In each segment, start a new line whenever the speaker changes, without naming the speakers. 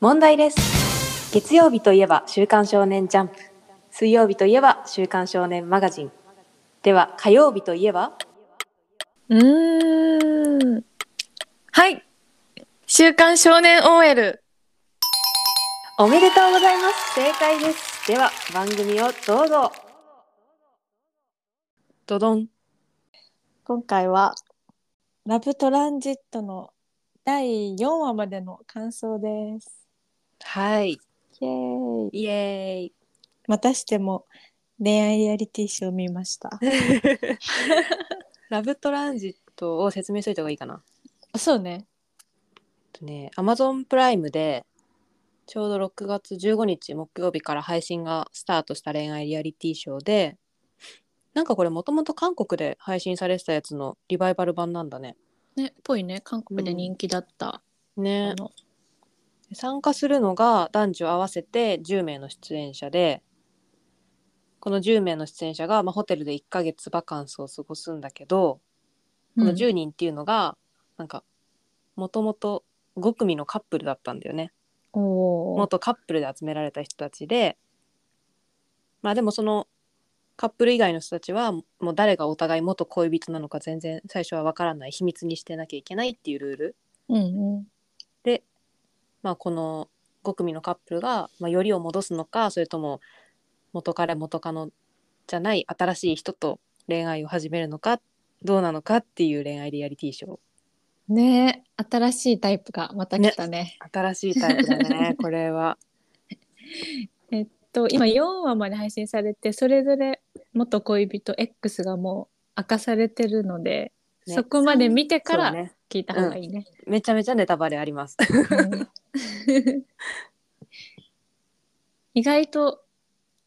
問題です月曜日といえば「週刊少年ジャンプ」水曜日といえば「週刊少年マガジン」では火曜日といえば
うーん。はい。週刊少年 OL。
おめでとうございます正解ですでは番組をどうぞドドン
今回は「ラブトランジット」の第4話までの感想です。
はい
イエーイ
イエ
またしても恋愛リアリティショーを見ました。
ーイラブトランジットを説明しといた方がいいかな
そうね。
えっとね、Amazon プライムでちょうど6月15日木曜日から配信がスタートした恋愛リアリティショーでなんかこれもともと韓国で配信されてたやつのリバイバル版なんだね。
ね、ぽいね。韓国で人気だった。
ね
あの
参加するのが男女合わせて10名の出演者でこの10名の出演者が、まあ、ホテルで1ヶ月バカンスを過ごすんだけどこの
うん
10人っていうのが、なんかもともと5組のカップルだったんだよね。
おー
元カップルで集められた人たちでまあでもそのカップル以外の人たちはもう誰がお互い元恋人なのか全然最初は分からない秘密にしてなきゃいけないっていうルール
うんうん。
まあこの5組のカップルが、まあ、よりを戻すのかそれとも元彼元カノじゃない新しい人と恋愛を始めるのかどうなのかっていう恋愛リアリティショー
ね新しいタイプがまた来たね。
新しいタイプだ ねこれは
えっと、今4話まで配信されて、それぞれ元恋人 X がもう明かされてるので、
ね
そこまで見てか
そう
ら
ね
聞いた方がいいね。
めちゃめちゃネタバレあります
うん 意外と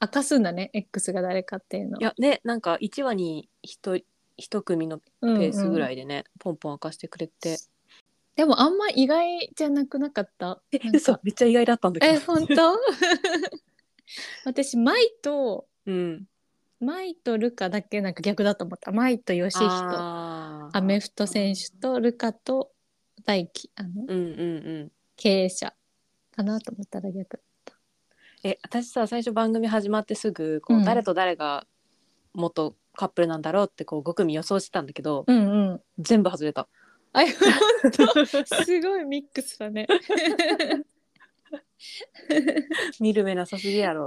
明かすんだね X が誰かっていうの
いやねなんか1話に 1, 一組のペースぐら
い、
いでね、ポンポン明かしてくれて
でもあんま意外じゃなくなかったなんか
嘘めっちゃ意外だったんだけど
え本当 私舞と
うん
舞とルカだけなんか逆だと思った舞とヨシヒト
あー
アメフト選手とルカと大輝あの
うんうんうん
経営者かなと思ったら逆
え私さ最初番組始まってすぐこう、
うん
誰と誰が元カップルなんだろうってこう5組予想してたんだけど、
うんうん
全部外れた
あ本当すごいミックスだね
見る目なさすぎやろ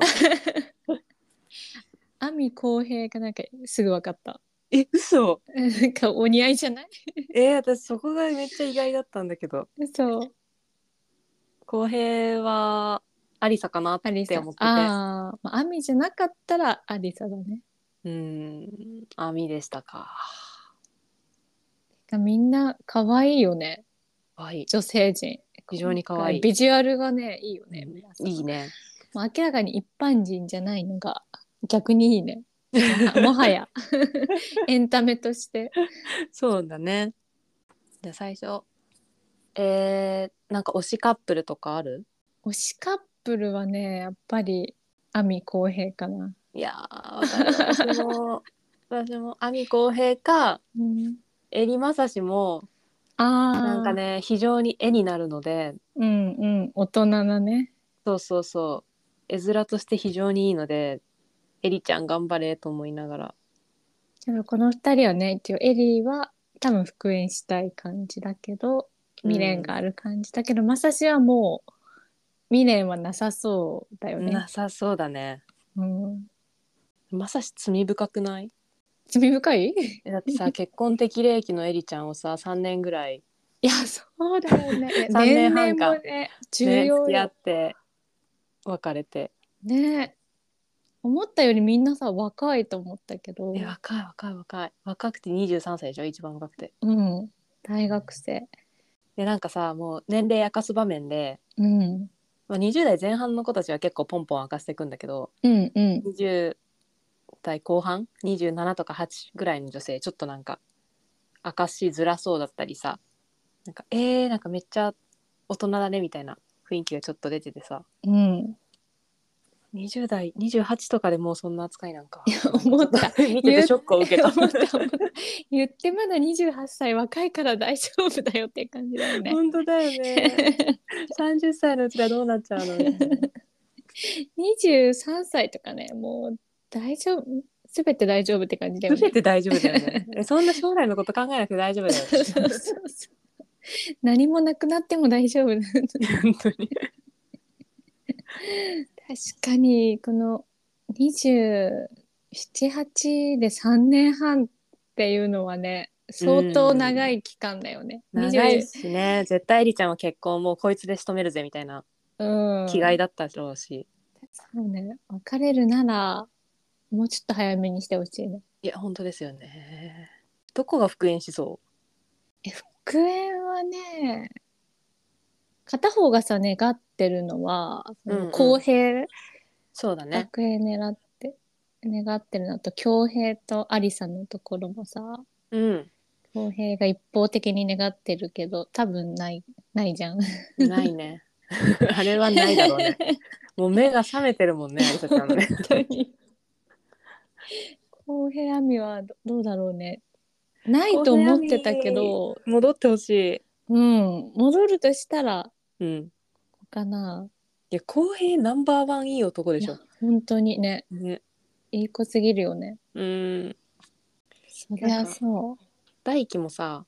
亜美浩平がなんかすぐ分かった
え嘘
なんかお似合いじゃない
え私そこがめっちゃ意外だったんだけど
そう
浩平はありさかなっ
アリ
て
サ
思ってて
あーまあ亜美じゃなかったらアリサだね
うん網でしたか
みんな可愛いよね
はい
女性陣
非常に可愛い
ビジュアルがねいいよね
うん
皆さん
いいね
もう明らかに一般人じゃないのが逆にいいね もはやエンタメとして
そうだね。じゃあ最初。えー、なんか推しカップルとかある
推しカップルはねやっぱり亜美浩平かな、
いやー、私も、 私も、亜美浩平か、
うん、
エリマサシも、
あー
なんかね、非常に絵になるので、
うんうん大人なね
そうそうそう、絵面として非常にいいので、エリちゃん頑張れと思いながら。
でもこの二人はね一応エリーは多分復縁したい感じだけど未練がある感じだけど、まさしはもう未練はなさそうだよね
な。さそうだね。
うん、
まさし罪深くない
罪深い
えだってさ、結婚適齢期のエリちゃんをさ、3年ぐらい、
いやそうだよね。い や
三年半
年
か
々もね重
ね、
要
付き合
よ
って、別れて。
ね思ったよりみんなさ若いと思ったけど
え、若い若い若い若くて23歳でしょ一番若くて
うん、大学生。
でなんかさもう年齢明かす場面で、
うん、
まあ、20代前半の子たちは結構ポンポン明かしていくんだけど
うんうん
20代後半27とか8ぐらいの女性ちょっとなんか明かしづらそうだったりさなんかえー、なんかめっちゃ大人だねみたいな雰囲気がちょっと出ててさ
うん
20代28とかでもうそんな扱いなんか
思った。
見ててショックを受けた
思った思った言ってまだ28歳若いから大丈夫だよっていう感じだよね。
本当だよ ね30歳のうちはどうなっちゃうのみたいな
23歳とかねもう大丈夫すべて大丈夫って感じだよね。
全て大丈夫だよねえそんな将来のこと考えなくて大丈夫だよ
そ うそうそう何もなくなっても大丈夫確
ね本当に
かにこの278で3年半っていうのはね相当長い期間だよね。
長いしね絶対エリちゃんは結婚もうこいつで仕留めるぜみたいな
20うん、
気概だったろうし、
そうね別れるならもうちょっと早めにしてほしいね。
いや本当ですよねどこが復縁しそ
復縁はね片方がさ願ってるのは、その
うんうん
公平
うそうだね
学園狙って願ってるのと恭平とありさのところもさ
うん
恭平が一方的に願ってるけど多分ないないじゃん。
ないね あれはないだろうね もう目が覚めてるもんねありさちゃんのね
本当に 公平亜美はどどうだろうね。ないと思ってたけど、
戻ってほしい
うん、戻るとしたら
うん
ここかない
や浩平ナンバーワンいい男でしょ
いや本当にね
ね
いい子すぎるよね。
うん
そりゃそ
大輝もさ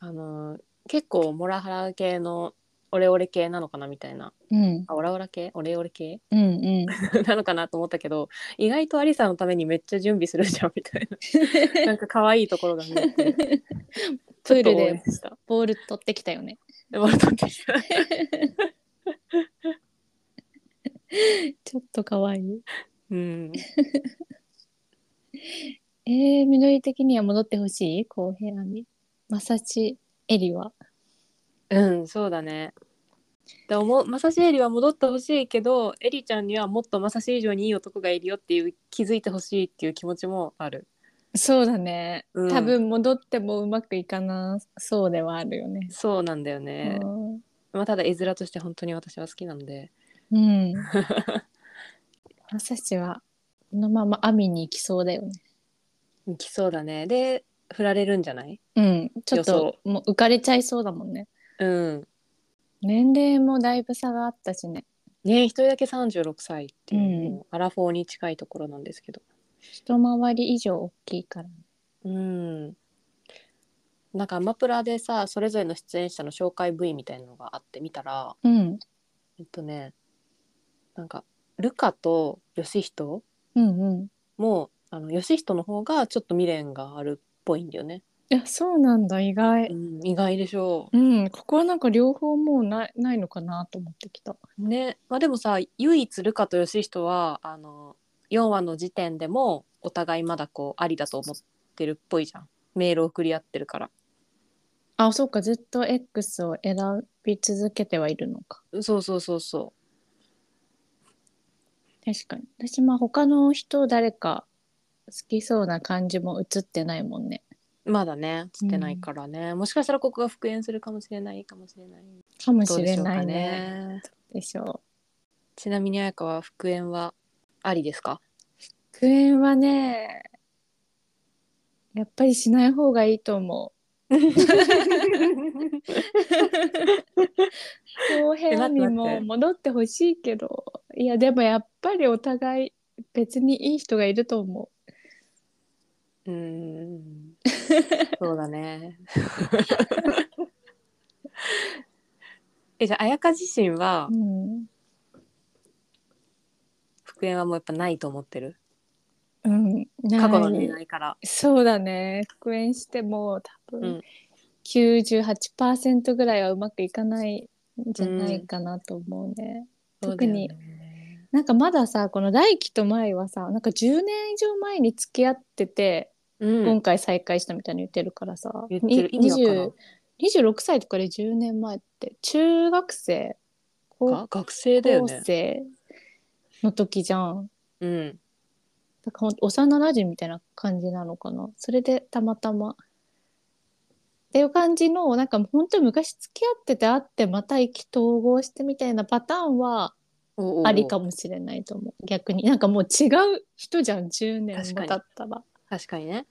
あのー結構モラハラ系のオレオレ系なのかなみたいな
う。うん
あオラオラ系オレオレ系
うん うん。
なのかなと思ったけど意外とアリサのためにめっちゃ準備するじゃんみたい ななんか可愛いところが見えて
プー
ちょっ
ル
と応
で
援した
ボール取ってきたよね。
でも戻ってきた
ちょっと可愛い。
うん
えー、緑的には戻ってほしい公平編み。マサチエリは。
うんそうだねでももマサシエリは戻ってほしいけどエリちゃんにはもっとマサシ以上にいい男がいるよっていう気づいてほしいっていう気持ちもある
そうだね、
うん
多分戻ってもうまくいかなそうではあるよね。
そうなんだよね、
うん
まあ、ただ絵面として本当に私は好きなので
うん。 マサチはこのまま編みに行きそうだよね。
行きそうだねで振られるんじゃない
うん。ちょっ
予
ともう浮かれちゃいそうだもんね。
うん
年齢もだいぶ差があったしね。
ね一人だけ36歳っていう、
うん
もうアラフォーに近いところなんですけど
一回り以上大きいから。
うんなんかアマプラでさそれぞれの出演者の紹介部位みたいなのがあって見たら
うん。
えっとねなんかルカとヨシヒト
うんうん。
もあのヨシヒトの方がちょっと未練があるっぽいんだよね、
いや、そうなんだ、意外。
うん、意外でしょ
うん、ここはなんか両方もうないないのかなと思ってきた。
ね、まあ、でもさ唯一ルカとヨシヒトはあの4話の時点でもお互いまだこうありだと思ってるっぽいじゃんメールを送り合ってるから
あ、そうか、ずっと X を選び続けてはいるのか。
そうそうそうそ
確かに。私、まあ他の人誰か好きそうな感じも映ってないもんね。
うまだねつってないからね、もしかしたらここが復縁するかもしれないかもしれない
かも
ど
し
うで
れ
しょう
な
か
いね。
ね
でしょ
ちなみに彩香は復縁はありです か
う。クエンはね、やっぱりしない方がいいと思う。公平にも戻ってほしいけど、いや、でもやっぱりお互い別にいい人がいると思う。
うーんそうだ ね。えじゃあ綾香自身は
うん
復縁はもうやっぱないと思ってる
うん、
過去の
ない
恋愛から。
そうだね復縁しても多
うん
分98%ぐらいはうまくいかないんじゃないかなと思うね、特に
そうだよね
なんかまださこの大輝と舞はさなんか10年以上前に付き合ってて、
うん
今回再会したみたいに言ってるからさ
言ってる意味わからん
に20 26歳とかで10年前って中学生
が
高
学生だよ
校
ね。
生の時じゃん。
うん。
だからほんと幼馴染みたいな感じなのかなそれでたまたまっていう感じのなんか本当に昔付き合ってて会ってまた意気投合してみたいなパターンは
おうおう
ありかもしれないと思う逆になんかもう違う人じゃん10年
確か
も
に
経ったら。
確かにね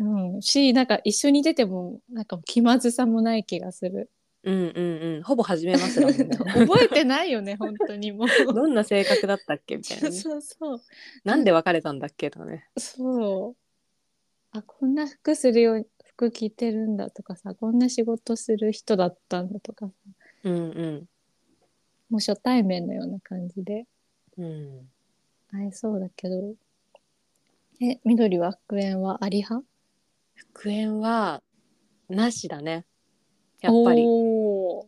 うん、しなんか一緒に出てもなんか気まずさもない気が する。
うんうんうんほぼ初めましてだもん ね
覚えてないよね本当に もう。
どんな性格だったっけみたいなね、
そうそう
なんで別れたんだっけとかね
そう。あこんな服するよう服着てるんだとかさこんな仕事する人だったんだとかさ
うんうん
もう初対面のような感じで
うん、
会えそうだけどえ緑は復縁はあり派
復縁はなしだねやっぱり
おー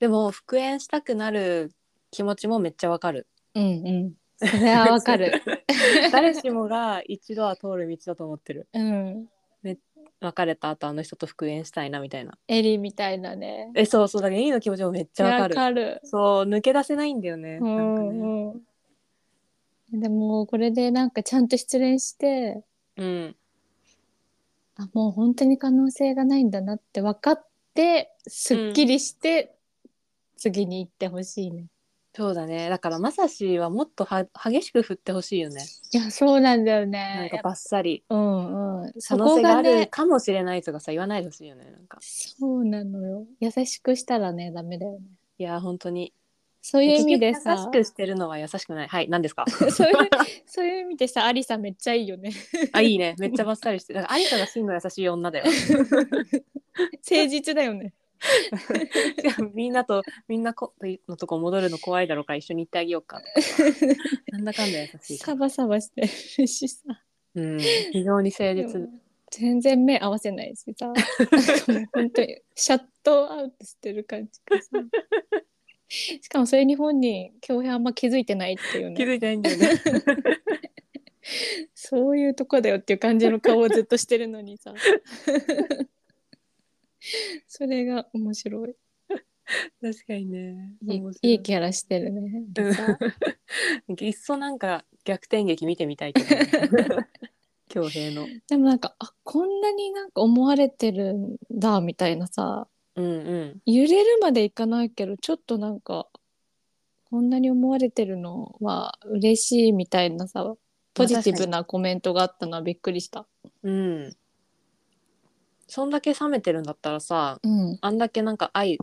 でも復縁したくなる気持ちもめっちゃわかる
うんうんそれはわ かる
誰しもが一度は通る道だと思ってる
うん
別れた後あの人と復縁したいなみたいな
エリーみたいなね
えそうそうだからいいの気持ちもめっちゃわかるそう抜け出せないんだよね,、
うん
なんかね
うんでもこれでなんかちゃんと失恋して
うん
あもう本当に可能性がないんだなって分かってすっきりして、次に行ってほしいね
そうだねだからまさしはもっとは激しく振ってほしいよね
いやそうなんだよ
なん
ね
かバッサリ
うんうん
可
そ
能
こ
性が
が
ある
ね
かもしれないとかさ言わないでほしいよねなんか
そうなのよ優しくしたらねダメだよね
いや本当に
そういう意味でさ
結局優しくしてるのは優しくないはい何ですか
そういうそういう意味でさありさめっちゃいいよね
あいいねめっちゃバッサリしてだから有田が真の優しい女だよ
誠実だよね
いやみんなとみんなこのとこ戻るの怖いだろうから一緒に行ってあげようかなんだかんだ優しいか
サ
ら
バサバしてるしさ
うん非常に誠
で
実
も全然目合わせないし さなんかもう本当にシャットアウトしてる感じがさしかもそれに本人恭平あんま気づいてないっていう
気
ね
づいてないんだよね
そういうとこだよっていう感じの顔をずっとしてるのにさそれが面白い
確かにね
いい
面白
いいキャラしてるね
いっそなん か逆転劇見てみたいけど ね恭平の
でもなんかあこんなになんか思われてるんだみたいなさ
うんうん
揺れるまでいかないけどちょっとなんかこんなに思われてるのは嬉しいみたいなさポジティブなコメントがあったのはびっくりした。
うん。そんだけ冷めてるんだったらさ、
うん、
あんだけなんか愛、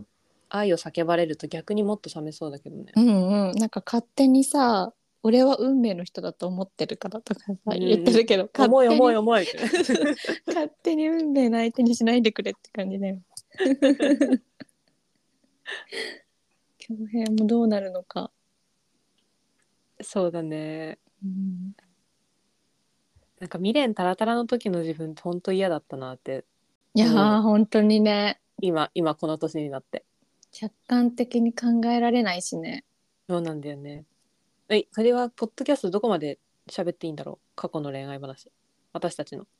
愛を叫ばれると逆にもっと冷めそうだけどね。
うん、うんなんか勝手にさ俺は運命の人だと思ってるからとか
う
さ
んうん
言ってるけど、勝
重い
手に
重い重いって。
勝手に運命の相手にしないでくれって感じだよ。恭平もどうなるのか。
そうだね。
うん
なんか未練たらたらの時の自分って本当嫌だったなって、
いやー、
うん
本当にね
今、今この年になって。
客観的に考えられないしね。
そうなんだよね。え、それはポッドキャストどこまで喋っていいんだろう過去の恋愛話。私たちの。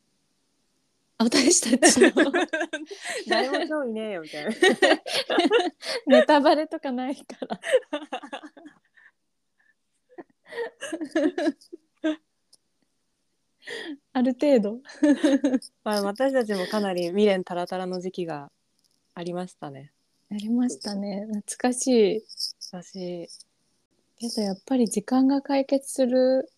私たちの
誰も興味ねえよみたいな。
ネタバレとかないから。 ある程度。
まあ私たちもかなり未練たらたらの時期がありましたね。
ありましたね。懐かし
私
い。けどやっぱり時間が解決する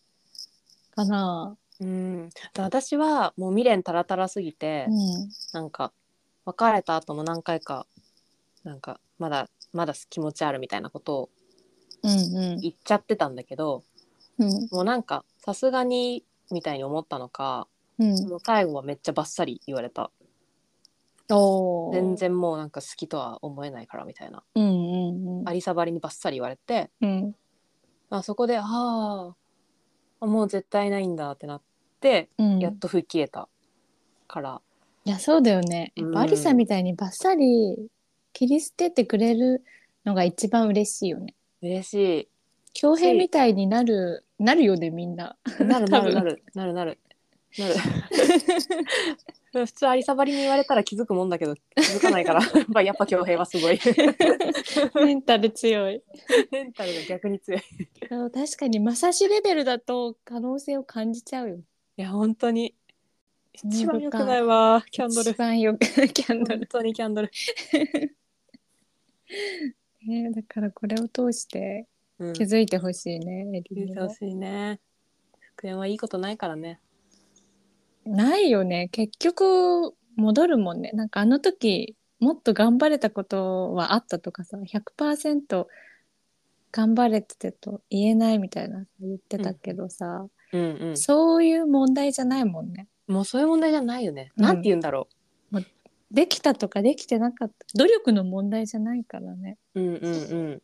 かな。
うん私はもう未練たらたらすぎて、
うん。
なんか別れた後も何回かなんかまだまだ気持ちあるみたいなことを
うん
言っちゃってたんだけど
うん。うん
もうなんかさすがにみたいに思ったのか
うん。
もう最後はめっちゃバッサリ言われた
おー
全。然もうなんか好きとは思えないからみたいな
うんうんうん
あ。りさばりにバッサリ言われて、
うん
まあ、そこであーあもう絶対ないんだってなって
うん。
やっと吹っ切れたから、
いやそうだよね。やっ
うん
ぱアリさんみたいにバッサリ切り捨ててくれるのが一番嬉しいよね。
嬉し い
恭平みたいになるなるよねみ んな。
なるな
多分
るなるなるなるなる 普通ありさばりに言われたら気づくもんだけど気づかないから やっぱやっぱ恭平はすごい
メンタル強い。
メンタルが逆に強い
確かにまさしレベルだと可能性を感じちゃうよ。
いや本当に
んな
一番良くないわキャンド
一
ル
番よく キャンド
本
ル、
当にキャンドル
ね。だからこれを通して
うん
気づいてほしいね、エ
言
リ
っ
に
て
ね
ほしいね。復縁はいいことないからね。
ないよね結局戻るもんねなんかあの時もっと頑張れたことはあったとかさ100%頑張れててと言えないみたいな言ってたけどさ、
うんうん。
そういう問題じゃないもんね
もうそういう問題じゃないよね。
うん
なんて言うんだろ
できたとかできてなかった努力の問題じゃないからね
う。うんうんうん。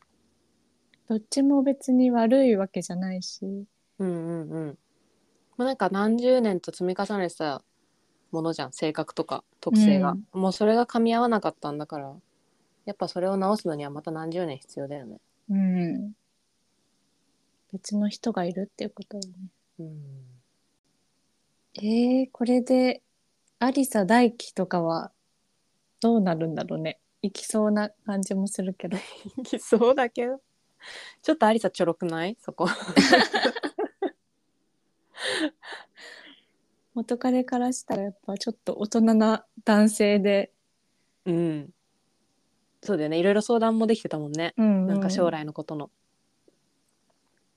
どっちも別に悪いわけじゃないし
うんうんうん。もうなんか何十年と積み重ねてたものじゃん性格とか特性が、もうそれが噛み合わなかったんだからやっぱそれを直すのにはまた何十年必要だよね。
うん別の人がいるっていうことよね
うん、
えー、これでアリサ大輝とかはどうなるんだろうねいきそうな感じもするけど
いき そうだけどちょっとありさちょろくないそこ。
元彼からしたらやっぱちょっと大人な男性で、
うん、そうだよねいろいろ相談もできてたもんね、
うん
なんか将来のことの。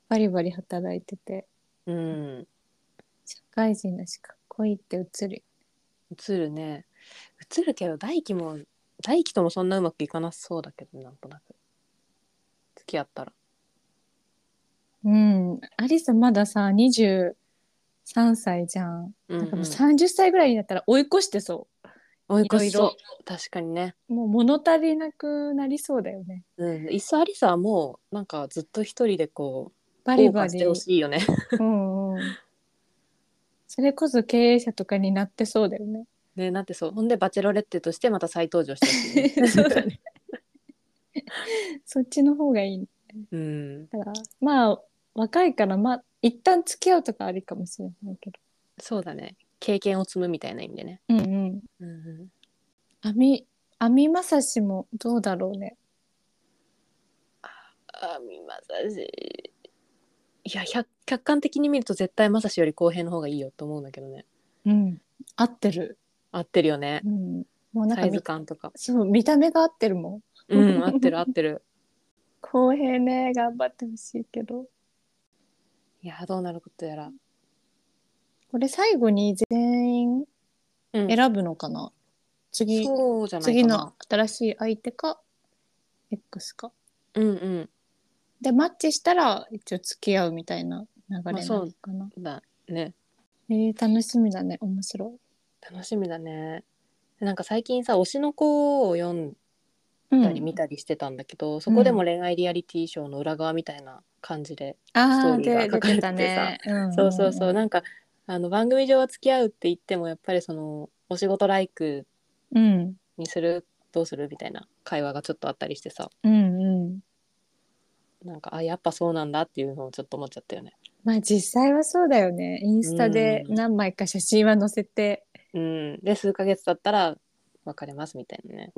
バリバリ働いてて
うん、
社会人だしかっこいいって映る
映るね映るけど大輝も大輝ともそんなうまくいかなそうだけどなんとなく付き合ったら。
うんアリサまださ23歳じゃん
うんう
なん
ん
かもう30歳ぐらいになったら追い越してそ
追い越しそう
いろい
確かにね、
うもう物足りなくなりそうだよね
うん、いっそアリサはもうなんかずっと一人でこう
バリバ
謳歌し
リ
てほしいよね
うんうんそれこそ経営者とかになってそうだ よね。
ねなってそうほんでバチェロレッテとしてまた再登場してほしいね
そうだね。そっちの方がい い。
うん
だからまあ若いからまあ一旦付き合うとかありかもしれないけど。
そうだね経験を積むみたいな意味でね、
うんうん。
うんうん、
あみあみまさしもどうだろうね。
あみまさしいや客客観的に見ると絶対まさしより公平の方がいいよと思うんだけどね
うん。合ってる。
合ってるよね
うん。もうなん
サ
か
イ
み
ズ感とか
そう見た目が合ってるもん。
うん合ってる合ってる
公平ね頑張ってほしいけど。
いやどうなることやら、
これ最後に全員
うん、
選ぶのかな。次。
そうじゃないかな
次の新しい相手か X か
うんうん
でマッチしたら一応付き合うみたいな流れ
まあ
な
そう
のかな、
だね
えー楽しみだね面白
楽しみだねなんか最近さ推しの子を読ん
い、
だり見たりしてたんだけど、そこでも恋愛リアリティショーの裏側みたいな感じで、スト
あ
ー
ー
リーが
で
書
出
かれて
て
てさ
たね、ん
そうそうそうなんかあの番組上は付き合うって言ってもやっぱりそのお仕事ライク
うん
にするどうするみたいな会話がちょっとあったりしてさ
うんうん
なんかあやっぱそうなんだっていうのをちょっと思っちゃったよね。
まあ実際はそうだよねインスタで
うん
何枚か写真は載せて、
うん、で数ヶ月経ったら別れますみたいなね。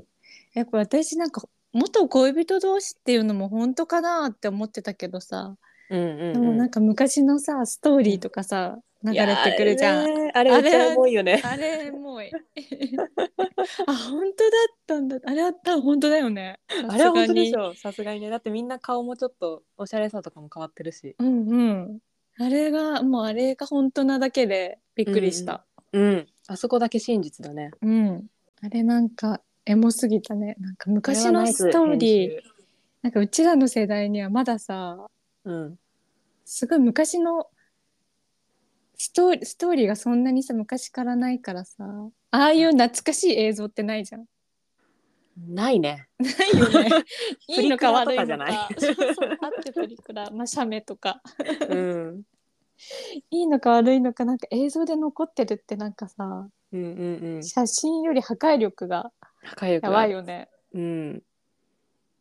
やっぱ私なんか元恋人同士っていうのも本当かなって思ってたけどさ、
うんうん
でもなんか昔のさストーリーとかさ、流れてくるじゃん
いやーねーあれめっちゃ重いよね。
あれもう あ本当だったんだあれは多分本当だよね
あれは本当でし
ょ
ょさすがにねだってみんな顔もちょっとおしゃれさとかも変わってるし
うんうんあれがもうあれが本当なだけでびっくりした
うんあそこだけ真実だね
うん、あれなんかエモすぎたねなんか昔のストーリー
ー
なんかうちらの世代にはまださ
うん
すごい昔のストーリーストーリーがそんなにさ昔からないからさああいう懐かしい映像ってないじゃん
ないね
ないよね。
プ
いい
リ
の
ク
か
ラと
悪い
か
の
じゃない
か。そうそうあってプリクラ、まあ、写メとか。
うん
いいのか悪いのか、なんか映像で残ってるって、なんかさ、
うんうんうん
写真より破壊力が
仲良く
やばいよね。
うん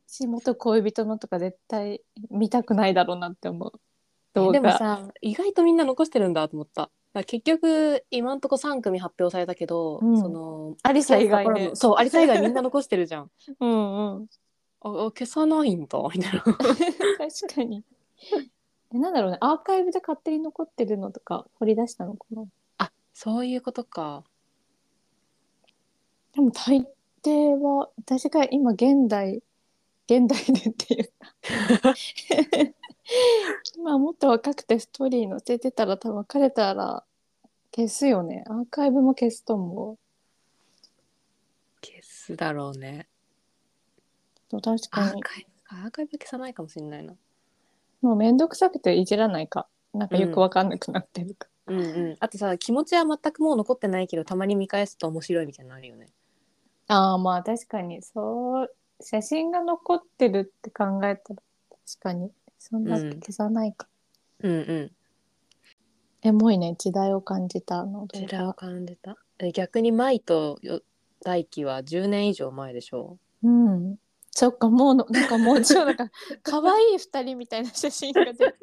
し、元恋人のとか絶対見たくないだろうなって思う。動画
でもさ意外とみんな残してるんだと思っただから結局今んとこ3組発表されたけど、
うん
その
アリサ以外ね。
そうアリサ以外みんな残してるじゃん
うんうん。
ああ消さないんだ みたいな
確かに。えなんだろうね、アーカイブで勝手に残ってるのとか掘り出したのかな。
あそういうことか
でも大抵は私が今現代現代でっていうか今もっと若くてストーリー載せてたら多分彼たら消すよねアーカイブも消すと思
消すだろうね。
う確
ア
か
ー
に
カイブアーカイブ消さないかもしれないな。
もうめんどくさくていじらないかなんかよくわかんなくなってるか、
うんうん。あとさ気持ちは全くもう残ってないけどたまに見返すと面白いみたいなのあるよね。
ああまあ確かにそう写真が残ってるって考えたら確かにそんな
うん
消さないか、
うんうん。
エモいね時代を感じたあの
こちらを感じた。え逆に舞とよ大輝は10年以上前でしょ
うんそっかもうのなんかもうちょいなんか可愛い二人みたいな写真が出て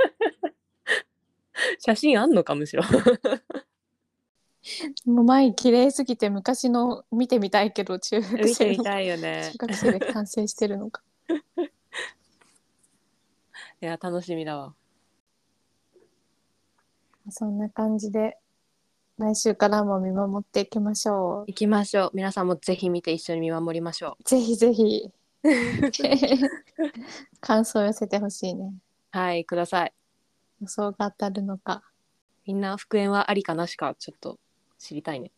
写真あんのかむしろ。
もう前綺麗すぎて昔の見てみたいけど中学
見て
生
み
の中
たいよね。
学生で完成してるのか
いや楽しみだわ。
そんな感じで来週からも見守っていきましょ
行きましょう。皆さんもぜひ見て一緒に見守りましょ
うぜひぜひ 感想を寄せてほしいね
う。はいください。
予想が当たるのか
みんな復縁はありかなしかちょっと知りたいね。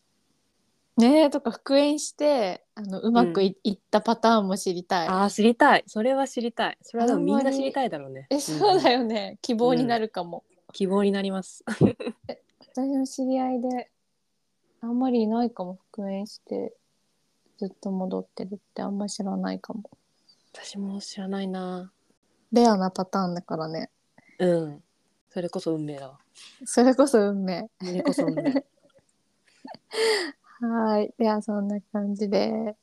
ねえとか復縁してあのうまくい,、ったパターンも知りたい
ああ知りたい。それは知りたい。それはでもみん
あんま
な
り
知りたいだろうね。
えそう
よ
だよね、希望になるかも、
希望になります。
私の知り合いであんまりいないかも復縁してずっと戻ってるってあんま知らないかも
私も知らないな。
レアなパターンだからね
うん。それこそ運命だわ。
それこそ運命
それこそ運命。
はいではそんな感じで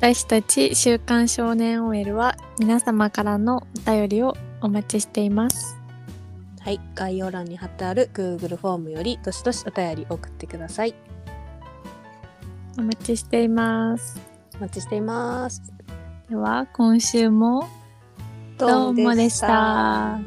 私たち週刊少年 OL は皆様からのお便りをお待ちしています。
はい、概要欄に貼ってある Google フォームよりどしどしお便り送ってください。
お待ちしています。
お待ちしています。
では今週もどうもでした。